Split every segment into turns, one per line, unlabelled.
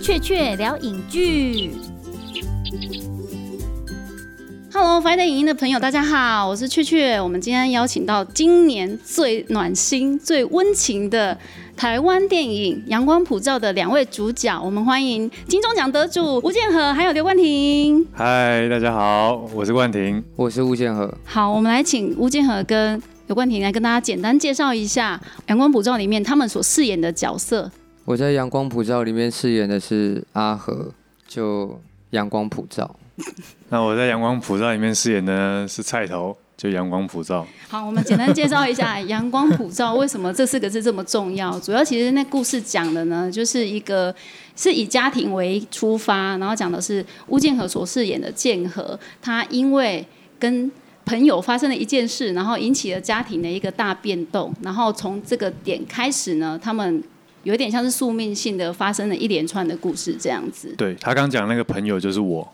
雀雀聊影剧。
Hello，f i d a y 影音的朋友，大家好，我是雀雀。我们今天邀请到今年最暖心、最温情的台湾电影《阳光普照》的两位主角，我们欢迎金钟奖得主吴建和还有刘冠廷。
嗨，大家好，我是冠廷。
我是吴建和，
好，我们来请吴建和跟刘冠廷来跟大家简单介绍一下《阳光普照》里面他们所饰演的角色。
我在《阳光普照》里面饰演的是阿和，就阳光普照。
那我在《阳光普照》里面饰演的呢是菜头，就阳光普照。
好，我们简单介绍一下阳光普照为什么这四个字这么重要。主要其实那故事讲的呢，就是一个是以家庭为出发，然后讲的是吴建和所饰演的建和，他因为跟朋友发生了一件事，然后引起了家庭的一个大变动，然后从这个点开始呢，他们有点像是宿命性的发生了一连串的故事这样子。
对他刚讲那个朋友就是我，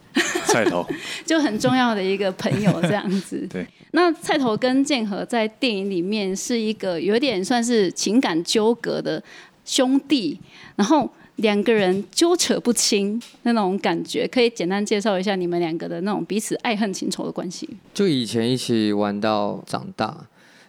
菜头。。
就很重要的一个朋友这样子
对，
那菜头跟建和在电影里面是一个有点算是情感纠葛的兄弟，然后两个人纠扯不清那种感觉，可以简单介绍一下你们两个的那种彼此爱恨情仇的关系。
就以前一起玩到长大，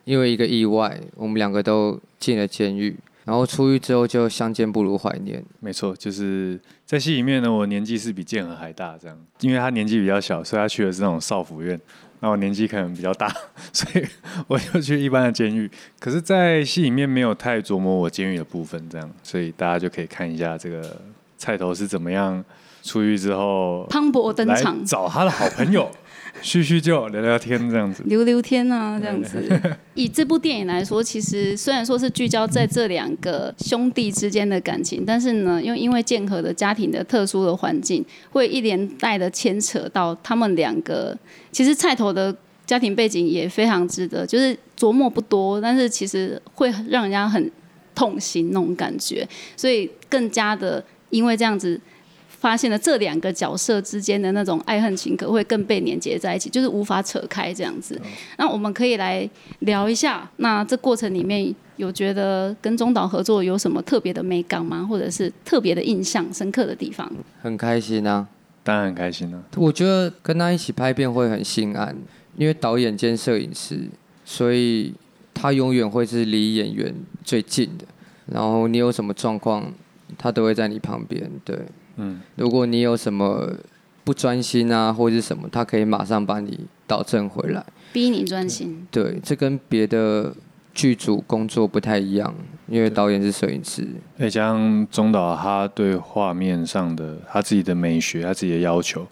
因为一个意外，我们两个都进了监狱。然后出狱之后就相见不如怀念，
没错，就是在戏里面呢，我年纪是比建和还大，这样，因为他年纪比较小，所以他去的是那种少府院。那我年纪可能比较大， 所以我就去一般的监狱。可是，在戏里面没有太琢磨我监狱的部分，这样，所以大家就可以看一下这个菜头是怎么样出狱之后
磅礴登
来
场，
找他的好朋 友叙叙旧、聊聊天这样子。
聊聊天啊，这样子。以这部电影来说，其实虽然说是聚焦在这两个兄弟之间的感情，但是呢，又因为建和的家庭的特殊的环境，会一连带的牵扯到他们两个。其实菜头的家庭背景也非常值得，就是琢磨不多，但是其实会让人家很痛心那种感觉，所以更加的因为这样子。发现了这两个角色之间的那种爱恨情仇会更被连接在一起，就是无法扯开这样子。
嗯
那我们可以来聊一下，那这过程里面有觉得跟中岛合作有什么特别的美感吗？或者是特别的印象深刻的地方？
很开心啊！
当然很开心啊了、
我觉得跟他一起拍片会很心安，因为导演兼摄影师，所以他永远会是离演员最近的。然后你有什么状况，他都会在你旁边。对，
嗯，
如果你有什么不专心啊，或者是什么，他可以马上把你导正回来。
逼你专心，
对，这跟别的剧组工作不太一样，因为导演是摄影师。
再加上中岛他对画面上的他自己的美学，他自己的要求，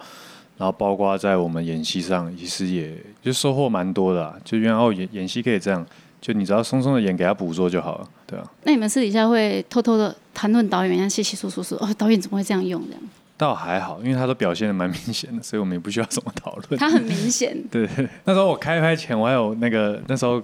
然后包括在我们演戏上，其实也就收获蛮多的、啊。就原来哦，演演戏可以这样，就你只要松松的演给他捕捉就好了，对啊，
那你们私底下会偷偷的谈论导演，像稀稀疏疏说哦，导演怎么会这样用？这样，
倒还好，因为他都表现的蛮明显的，所以我们也不需要怎么讨论。
他很明显
对， 那时候我开拍前，我还有那个那时候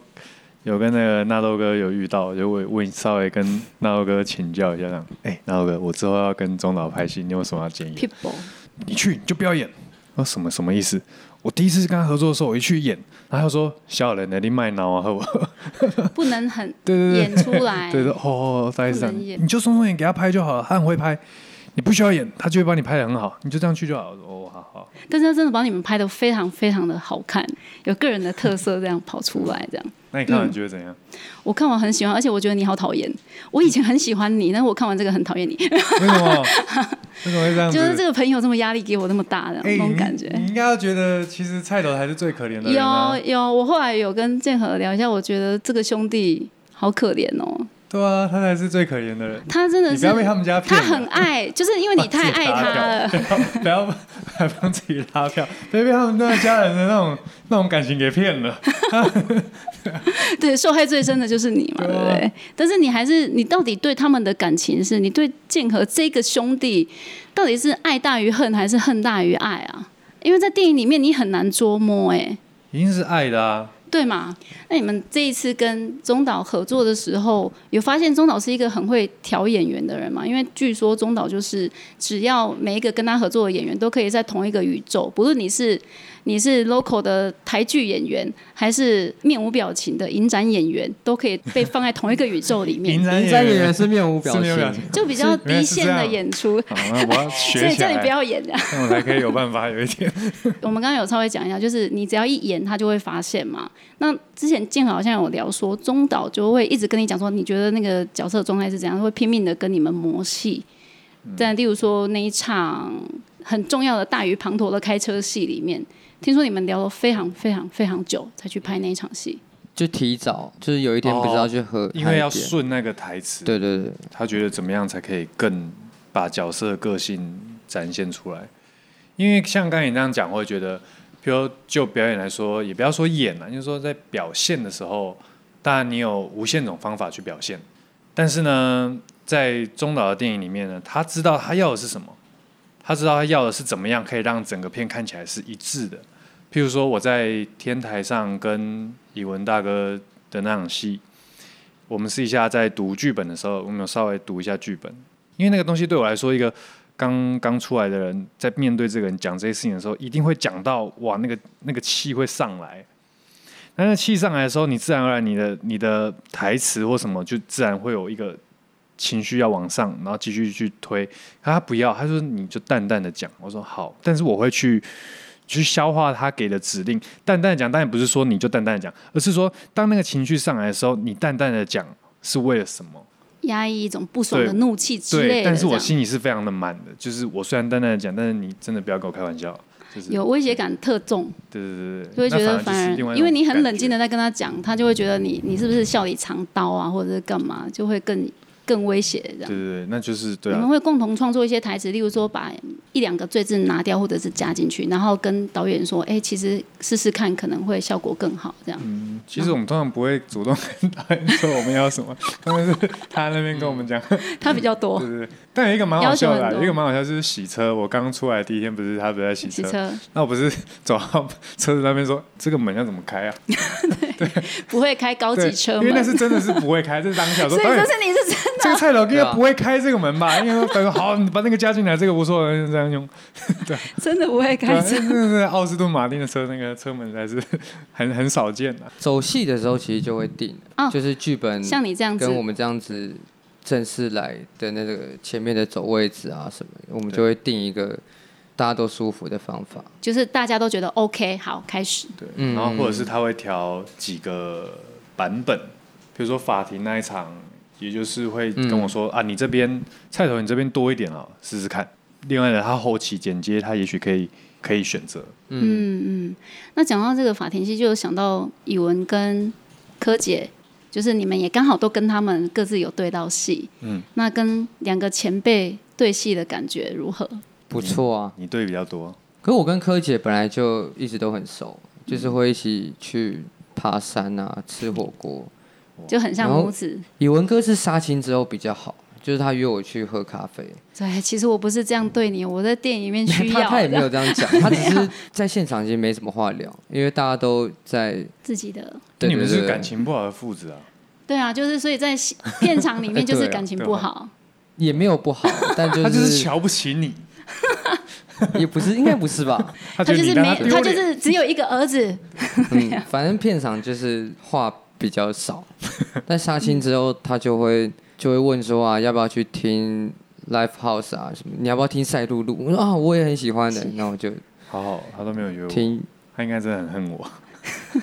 有跟那个纳豆哥有遇到，就问问稍微跟纳豆哥请教一下，这样，哎、纳豆哥，我之后要跟中岛拍戏，你有什么要建议？
people。
你去你就不要演。我说什么什么意思？我第一次跟他合作的时候，我一去演，然后他说小人呢，你卖脑啊，我
不能很
对对对
演出来，
对对，哦哦，哦大概是这样，
不能演
你就松松演给他拍就好了，他很会拍，你不需要演，他就会帮你拍的很好，你就这样去就好了。我说哦，好好，
但是他真的把你们拍的非常非常的好看，有个人的特色这样跑出来，这样。
那你看完觉得怎样？
我看完很喜欢，而且我觉得你好讨厌。我以前很喜欢你，但是我看完这个很讨厌你，
为什么？为什么会这样 子？
就是这个朋友这么压力给我那么大的、
哎
那种
你
感觉。
你应该要觉得其实菜头还是最可怜的人啊
有，有，我后来有跟建和聊一下，我觉得这个兄弟好可怜哦，
对啊，他才是最可怜的人。
他真的
你
是
不要被他们家骗
他
了，
很爱， 就是因为你太爱他 了。
不要还帮自己拉票，别被他们那家人的那种那种感情给骗了。
对，受害最深的就是你嘛，
对
对
啊
不对？但是你还是，你到底对他们的感情是，你对建和这个兄弟，到底是爱大于恨，还是恨大于爱啊？因为在电影里面你很难捉摸、哎，
一定是爱的啊，
对嘛？那你们这一次跟中岛合作的时候，有发现中岛是一个很会调演员的人吗？因为据说中岛就是只要每一个跟他合作的演员都可以在同一个宇宙，不论你是你是 local 的台剧演员，还是面无表情的影展演员，都可以被放在同一个宇宙里面
影，展
林三演
演
员
员
是面无表
是
情，
没有表情。
就比较低线的演出。
好，那我要
所
学
以
起
叫你不
来，
要演啊！
这样我才可以有办法有一 天。
我们刚刚有稍微讲一下，就是你只要一演，他就会发现嘛。那之前建豪好像有聊说，中岛就会一直跟你讲说，你觉得那个角色的状态是怎样，会拼命的跟你们磨戏。在例如说那一场很重要的大鱼滂沱的开车戏里面，听说你们聊了非常非常非常久才去拍那一场戏。
就提早，就是有一天不知道去喝，
哦因为要
海边
顺那个台词，
对对对，
他觉得怎么样才可以更把角色的个性展现出来？因为像刚才你那样讲，我会觉得，比如就表演来说，也不要说演啊了，就是说在表现的时候，当然你有无限种方法去表现，但是呢，在中岛的电影里面呢，他知道他要的是什么，他知道他要的是怎么样可以让整个片看起来是一致的。譬如说我在天台上跟以文大哥的那场戏，我们试一下在读剧本的时候，我们有稍微读一下剧本，因为那个东西对我来说，一个刚刚出来的人在面对这个人讲这些事情的时候，一定会讲到哇，那个那个气会上来。但是气上来的时候，你自然而然你的你的台词或什么，就自然会有一个情绪要往上，然后继续去推。可他不要，他说你就淡淡的讲。我说好，但是我会去去消化他给的指令。淡淡的讲，当然不是说你就淡淡的讲，而是说当那个情绪上来的时候，你淡淡的讲是为了什么？
压抑一种不爽的
对
怒气之类
对，
的，
但是我
这样
心里是非常的满的，就是我虽然淡淡的讲，但是你真的不要跟我开玩笑，就是
有威胁感特重，
对对对
就
对，
会觉
那
得
反
反
而就是另外一
而
种
因为你很冷静
感
的在跟他讲，他就会觉得你你是不是笑里藏刀啊，或者是干嘛，就会更更威胁这样。
觉，对对对，那就是对
你们
啊，
会共同创作一些台词，例如说把一两个“最”字拿掉，或者是加进去，然后跟导演说：“哎、其实试试看，可能会效果更好。”这样，
其实我们通常不会主动跟导演说我们要什么，通常是他那边跟我 们讲，
他比较多
对。对对。但有一个蛮好笑的
要
啦，
求很多
有一个蛮好笑就是洗车，我刚出来第一天不是他不是在洗
骑
车，
车
那我不是走到车子那边说这个门要怎么开啊？
不会开高级
对，
车
因为
门，
那是真的是不会开，这是当下 说
所以
导演
这是你是真啊
这个蔡老哥应
对
该
啊
不会开这个门吧？应该说，导演说好，你把那个加进来，这个不错，这样用。
真的不会
对
开
啊
车。
真的是奥斯顿马丁的车，那个车门还是很很少见啊的、
走戏的时候其实就会定了，
哦
就是剧本
像你这样子
跟，我们这样子正式来的那个前面的走位置啊什么，我们就会定一个大家都舒服的方法。
就是大家都觉得 OK，好，开始。
对，
嗯
然后或者是他会调几个版本，比如说法庭那一场，也就是会
嗯
跟我说、啊，你这边菜头你这边多一点啊，试试看。另外呢，他后期剪接他也许可以可以选择，
嗯嗯，那讲到这个法庭戏，就有想到语文跟柯姐，就是你们也刚好都跟他们各自有对到戏，
嗯，
那跟两个前辈对戏的感觉如何？
不错啊，
你对比较多，
可我跟柯姐本来就一直都很熟，就是会一起去爬山啊，吃火锅。
就很像
然后
母子。
以文哥是杀青之后比较好，就是他约我去喝咖啡，
对，其实我不是这样对你，我在电影里面需要
他他也没有
的
这样讲，他只是在现场其实没什么话聊，因为大家都 在。
自己的。
对
你们
对
是
对
感情不好的父子啊，
对啊，就是所以在戏片场里面就是感情不好，
也没有不好，但就
他就是是瞧不起你，
也不是，应该不是吧？
他
他
觉得
就
你
是
让
没
丢
他就
脸
是只有一个儿子，
嗯，反正片场就是话比较少，但杀青之后他就会就会问说啊，要不要去听 Live House 啊什么？你要不要听赛璐璐？我说啊，我也很喜欢的，那我就
好好，他都没有约我，
听。
他应该真的很恨我。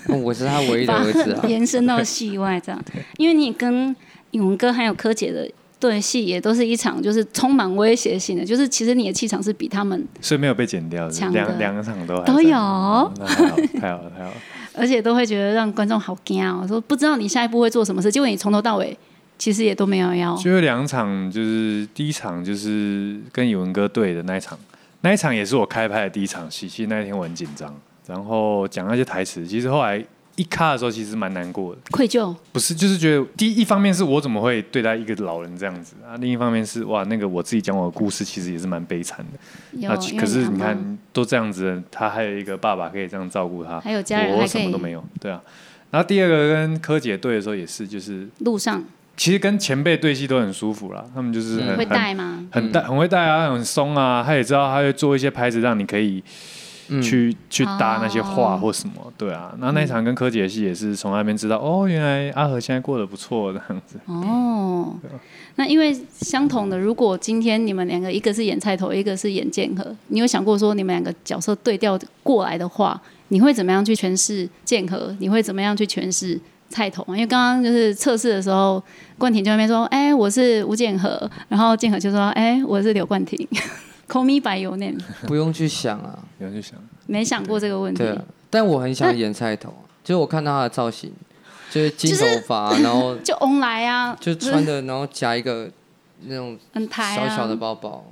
哦我是他唯一的
把，
儿子啊
延伸到戏外这样。因为你跟永文哥还有柯姐的对戏，也都是一场就是充满威胁性的，就是其实你的气场是比他们，
所以没有被剪掉，是不是
抢的
两两个场都还
都
在
有哦
哦那还好，太好了，太好了。
而且都会觉得让观众好惊哦，说不知道你下一步会做什么事，结果你从头到尾其实也都没有要。
就有两场，就是第一场就是跟宇文哥对的那一场，那一场也是我开拍的第一场戏，其实那一天我很紧张，然后讲那些台词，其实后来一卡的时候其实蛮难过的，
愧疚，
不是就是觉得第一一方面是我怎么会对待一个老人这样子啊，另一方面是哇那个我自己讲我的故事其实也是蛮悲惨的。
有
啊，
因为
可是
阿
你
妈
看都这样子了，他还有一个爸爸可以这样照顾他，
还有家人
我
还
什
可以
么都没有，对啊。然后第二个跟柯姐对的时候也是，就是
路上
其实跟前辈对戏都很舒服啦，他们就是
嗯
很
会
很
带吗？
很带很会带啊，很松啊，他也知道他会做一些牌子让你可以
嗯，
去、去搭那些画
哦
或什么，对啊。然后那一场跟柯姐的戏也是从那边知道，哦，原来阿和现在过得不错这样子，
哦，那因为相同的，如果今天你们两个一个是演菜头，一个是演剑河，你有想过说你们两个角色对调过来的话，你会怎么样去诠释剑河？你会怎么样去诠释菜头吗？因为刚刚就是测试的时候，冠廷就在那边说：“哎、我是吴建和。”然后建和就说：“哎、我是刘冠廷。”Call me by your name。
不用去想啊，
然后就想，
没想过这个问题
对。啊，但我很想演菜头啊，就是我看到他的造型，就是金头发啊，然后
就 on 来啊，
就穿的，然后夹一个那种
很台
小
啊，
小的包包，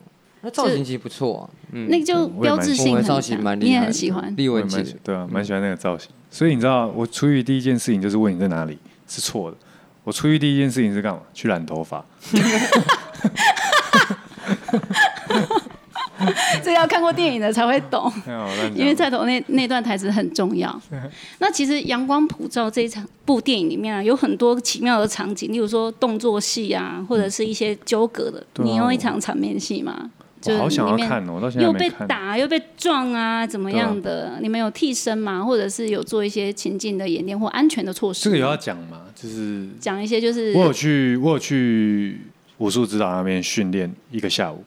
那造型其实不错啊，嗯，
那个就
嗯我也
标
蛮
志
喜
性
我
很
的造
强，
型蛮
你
厉
也
害的，
很喜欢。
立
我
文
也蛮
姐
喜，对啊，蛮喜欢那个造型。所以你知道，我出狱第一件事情就是问你在哪里，是错的。我出狱第一件事情是干嘛？去染头发。
这个要看过电影的才会懂，
没哎有我乱讲
因为菜头那那段台词很重要。那其实《阳光普照》这一场部电影里面啊，有很多奇妙的场景，例如说动作戏啊，或者是一些纠葛的。
对啊
你有一场场面戏吗？
我好想要
里面
看哦，我到现在
又
还
被
没看。
打又被撞啊，怎么样的？你们有替身吗？或者是有做一些情境的演练或安全的措施？
这个有要讲吗？就是
讲一些，就是
我有去，我有去武术指导那边训练一个下午，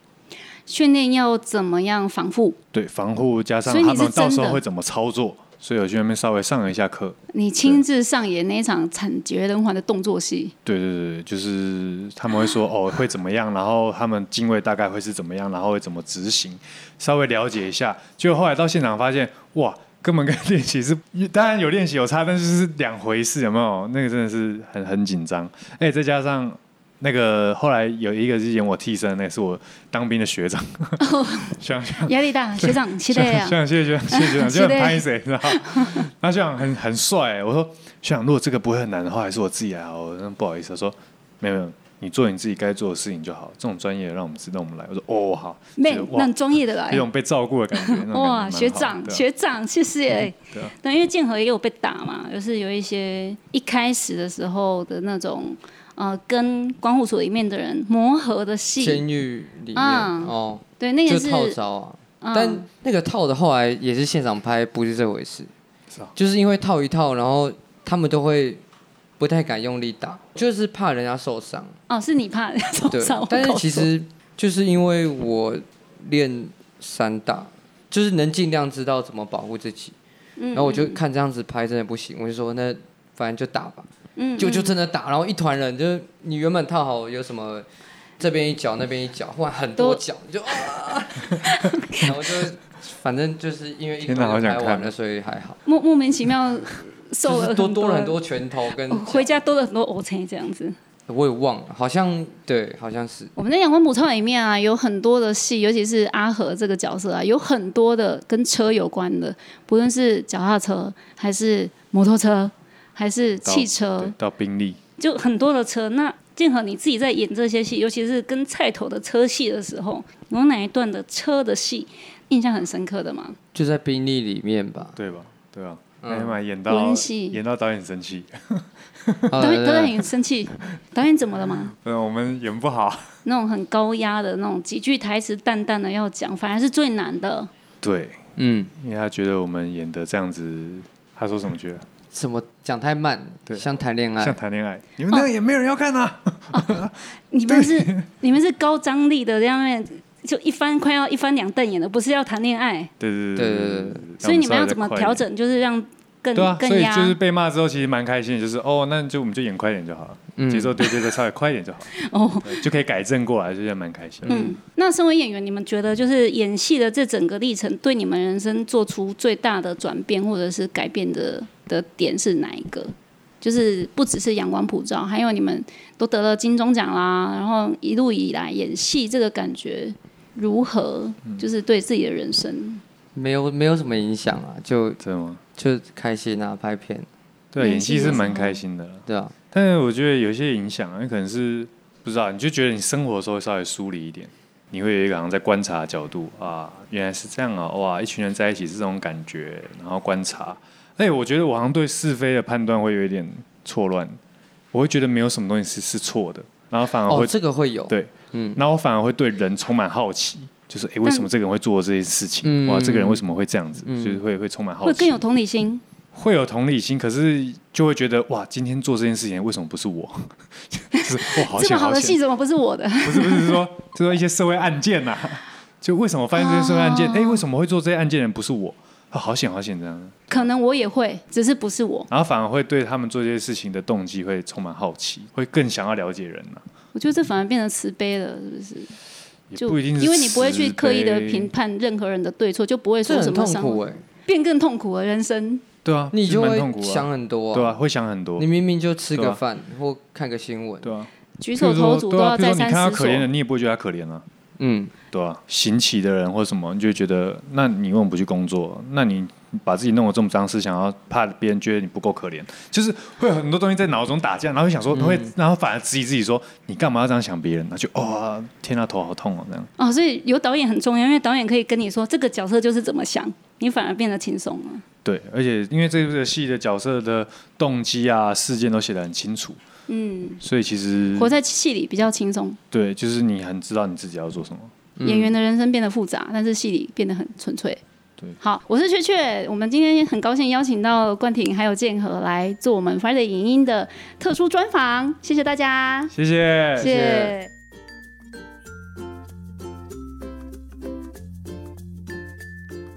训练要怎么样防护？
对防护加上
所以你
他
是
们到时
真
候
的
会怎么操作，所以我去那边稍微上了一下课。
你亲自上演那一场惨绝人寰的动作 戏，
对对对，对就是他们会说哦会怎么样，然后他们敬畏大概会是怎么样，然后会怎么执行，稍微了解一下。结果后来到现场发现，哇，根本跟 练习是当然有练习有差，但是是两回事，有没有？那个真的是很很紧张。哎，再加上那个后来有一个是演我替身的，那个是我当兵的学长， 想
压力大，学 长期 待啊。
像谢学长，谢学长
期
就很
待
拍谁，你知道吗？然后学长很很帅、我说学长，如果这个不会很难的话，还是我自己来好了。我说嗯不好意思，他说没有没有，你做你自己该做的事情就好。这种专业的让我们知道我们来。我说哦好，
妹
觉得，哇
让专业的来
有。种被照顾的感觉。那种感觉蛮好
哇，
的
学长，
对啊
学长，谢谢。
嗯
对啊
那因为建和也有被打嘛，就是有一些一开始的时候的那种，呃，跟关护所里面的人磨合的戏，
监狱里面
嗯
哦，
对，那
就
个是，
套招啊，
嗯
但那个套的后来也是现场拍，不是这回事
是啊，
就是因为套一套，然后他们都会不太敢用力打，就是怕人家受伤。
哦，是你怕 受
对
伤，我，
但是
告诉
其实就是因为我练散打，就是能尽量知道怎么保护自己，
嗯，
然后我就看这样子拍真的不行，我就说那反正就打吧，
嗯，嗯
就就真的打，然后一团人就是你原本套好有什么。这边一脚，那边一脚，换很多
都
脚，你 就啊，然后就反正就是因为一
天哪好
团
想
拍完
看
了，所以还好，
莫莫名其妙受
就是
了
多
很
多了很
的
多拳头跟
哦回
脚
家多了很多欧钱这样子。
我也忘了，好像对，好像是
我们在《阳光普照》里面啊，有很多的戏，尤其是阿和这个角色啊，有很多的跟车有关的，不论是脚踏车，还是摩托车，还是
到
汽车
对，到宾利，
就很多的车。那建和你自己在演这些戏，尤其是跟菜头的车戏的时候，有哪一段的车的戏印象很深刻的吗？
就在宾利里面吧，
对吧？对啊，
嗯
哎呀妈，演到
哦文戏
演到导演生气，
好
呃
导演
对
导
对
演很生气，导演怎么了吗？
嗯，我们演不好。
那种很高压的那种几句台词淡淡的要讲，反而是最难的。
对，
嗯，
因为他觉得我们演的这样子，他说什么觉得？
怎么讲太慢，
对
像谈恋
像
爱，
谈恋爱，你们那个也没有人要看啊。
你们是 你们是高张力的，这样面就一翻快要一翻两瞪眼的，不是要谈恋爱，
对对
对对对
对
对
所以你们
让
要
我
怎么
稍微再快一点
调？整，就是让更、
对啊，所
更
以
压。
就是被骂之后，其实蛮开心的，就是哦，那就我们就演快一点就好了，
嗯
节奏对对对，稍微快一点就好，
哦，
对就可以改正过来，就是蛮开心的。
嗯，那身为演员，你们觉得就是演戏的这整个历程，对你们人生做出最大的转变或者是改变的的点是哪一个？就是不只是阳光普照，还有你们都得了金钟奖啦，然后一路以来演戏这个感觉如何？就是对自己的人生，
没有没有什么影响啊，就
真的吗？
就开心啊，拍片，
对啊，演
演戏
戏是
的时
蛮
候
开心的啦，
对啊，
但是我觉得有一些影响啊，那可能是不知道，你就觉得你生活的时候会稍微疏离一点，你会有一个好像在观察的角度啊，原来是这样啊，哇，一群人在一起是这种感觉，然后观察，哎、我觉得我好像对是非的判断会有一点错乱，我会觉得没有什么东西是是错的，然后反而啊会，
哦，这个会有，
对然后我反而会对人充满好奇，就是哎、为什么这个人会做这些事情？
嗯
哇，这个人为什么会这样子？
嗯
就是会会充满好奇，
会更有同理心。
会有同理心，可是就会觉得哇，今天做这件事情为什么不是我？ 就是哇，好
这么
险
好的
险
戏，怎么不是我的？
不是不是是说，就说一些社会案件呐、啊就为什么发现这些社会案
哦
件？哎、为什么会做这些案件的人不是我？啊，好险好险这样，
可能我也会，只是不是我。
然后反而会对他们做这些事情的动机会充满好奇，会更想要了解人啊呐、
我觉得这反而变得慈悲了，是不是？
也
就
不一定是
因为你不会去刻意的
慈悲
评，判任何人的对错，就不会
这
说什
很
么
痛
伤
苦
害，
哎、
变更痛苦了人生。
对啊，
你
是
就
蛮
会
痛苦啊，
想很多、
对啊，会想很多
你，明明就吃
对
个
啊
饭、或看个新闻，
对啊，
举
比
手
如
投
说
足都
对啊，
要
比如
再
说你
三
看到
思
可
索。
怜的，你也不会觉得他可怜啊，
嗯，
对啊，行乞的人或什么，你就会觉得，那你为什么不去工作？那你把自己弄得这么脏，是想要怕别人觉得你不够可怜，就是会有很多东西在脑中打架，然后会想说，会，然后反而质疑自己说，你干嘛要这样想别人？那就哇、天啊，头好痛哦，这样。
哦，所以有导演很重要，因为导演可以跟你说这个角色就是怎么想，你反而变得轻松了。
对，而且因为这个戏的角色的动机啊、事件都写得很清楚，
嗯，
所以其实
活在戏里比较轻松，
对，就是你很知道你自己要做什么。
演员的人生变得复杂，但是戏里变得很纯粹。
对
好，我是雀雀，我们今天很高兴邀请到冠廷还有建和来做我们 Friday 影音的特殊专访，谢谢大家，
谢谢，
谢
谢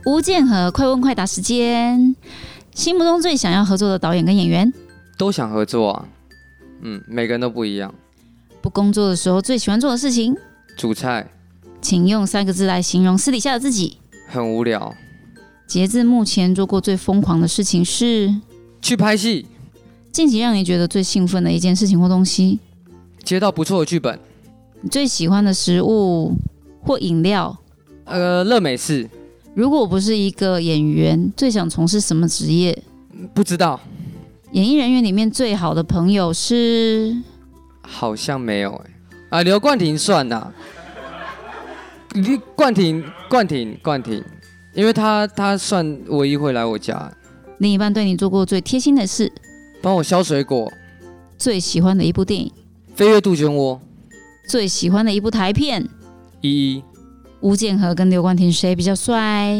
吴建和快问快答时间，心目中最想要合作的导演跟演员，
嗯都想合作啊，嗯，每个人都不一样。
不工作的时候最喜欢做的事情，
煮菜
请用三个字来形容私底下的自己。
很无聊，
截至目前做过最疯狂的事情是，
去拍戏，
近期让你觉得最兴奋的一件事情或东西，
接到不错的剧本，
你最喜欢的食物或饮料。
呃，乐美式，
如果我不是一个演员，最想从事什么职业？
不知道，
演艺人员里面最好的朋友是
好像没有哎、啊，刘冠廷算啦、你冠廷，冠廷，冠廷，因为他他算唯一会来我家，
另一半对你做过最贴心的事，
帮我削水果，
最喜欢的一部电影，
飞跃杜鹃窝，
最喜欢的一部台片。
依依，
吴建和跟刘冠廷谁比较帅？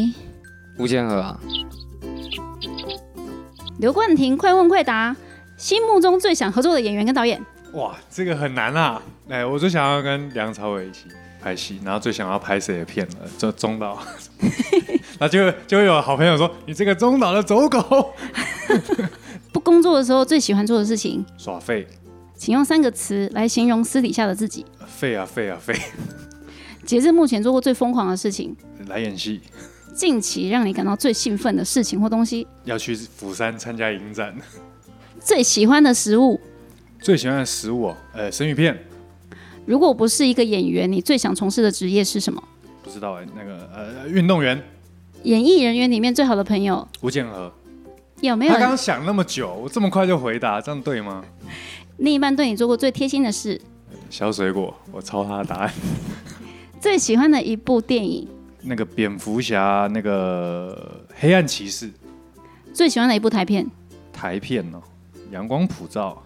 吴建和啊，
刘冠廷，快问快答，心目中最想合作的演员跟导演，
哇，这个很难啊！哎，我最想要跟梁朝伟一起拍戏，然后最想要拍谁的片了，就中 岛。那就就会有好朋友说：“你这个中岛的走狗，
不工作的时候最喜欢做的事情，
耍废，
请用三个词来形容私底下的自己。
废啊废啊废，
截至目前做过最疯狂的事情，
来演戏。”
近期让你感到最兴奋的事情或东西，
要去釜山参加影展，
最喜欢的食物。
最喜欢的食物、哦，呃，生鱼片，
如果不是一个演员，你最想从事的职业是什么？
不知道哎、那个呃，运动员
演艺人员里面最好的朋友
吴建和，
有没有
他刚刚想那么久，我这么快就回答，这样对吗？
另一半对你做过最贴心的事？
小水果，我抄他的答案，
最喜欢的一部电影，
那个蝙蝠侠，那个黑暗骑士，
最喜欢的一部台片，
台片哦，《阳光普照》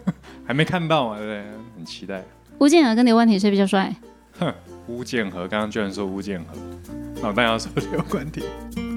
还没看到嘛，对不对？很期待。
吴建和跟刘冠廷谁比较帅？
哼，巫建和，刚刚居然说巫建和，那我当然要说刘冠廷。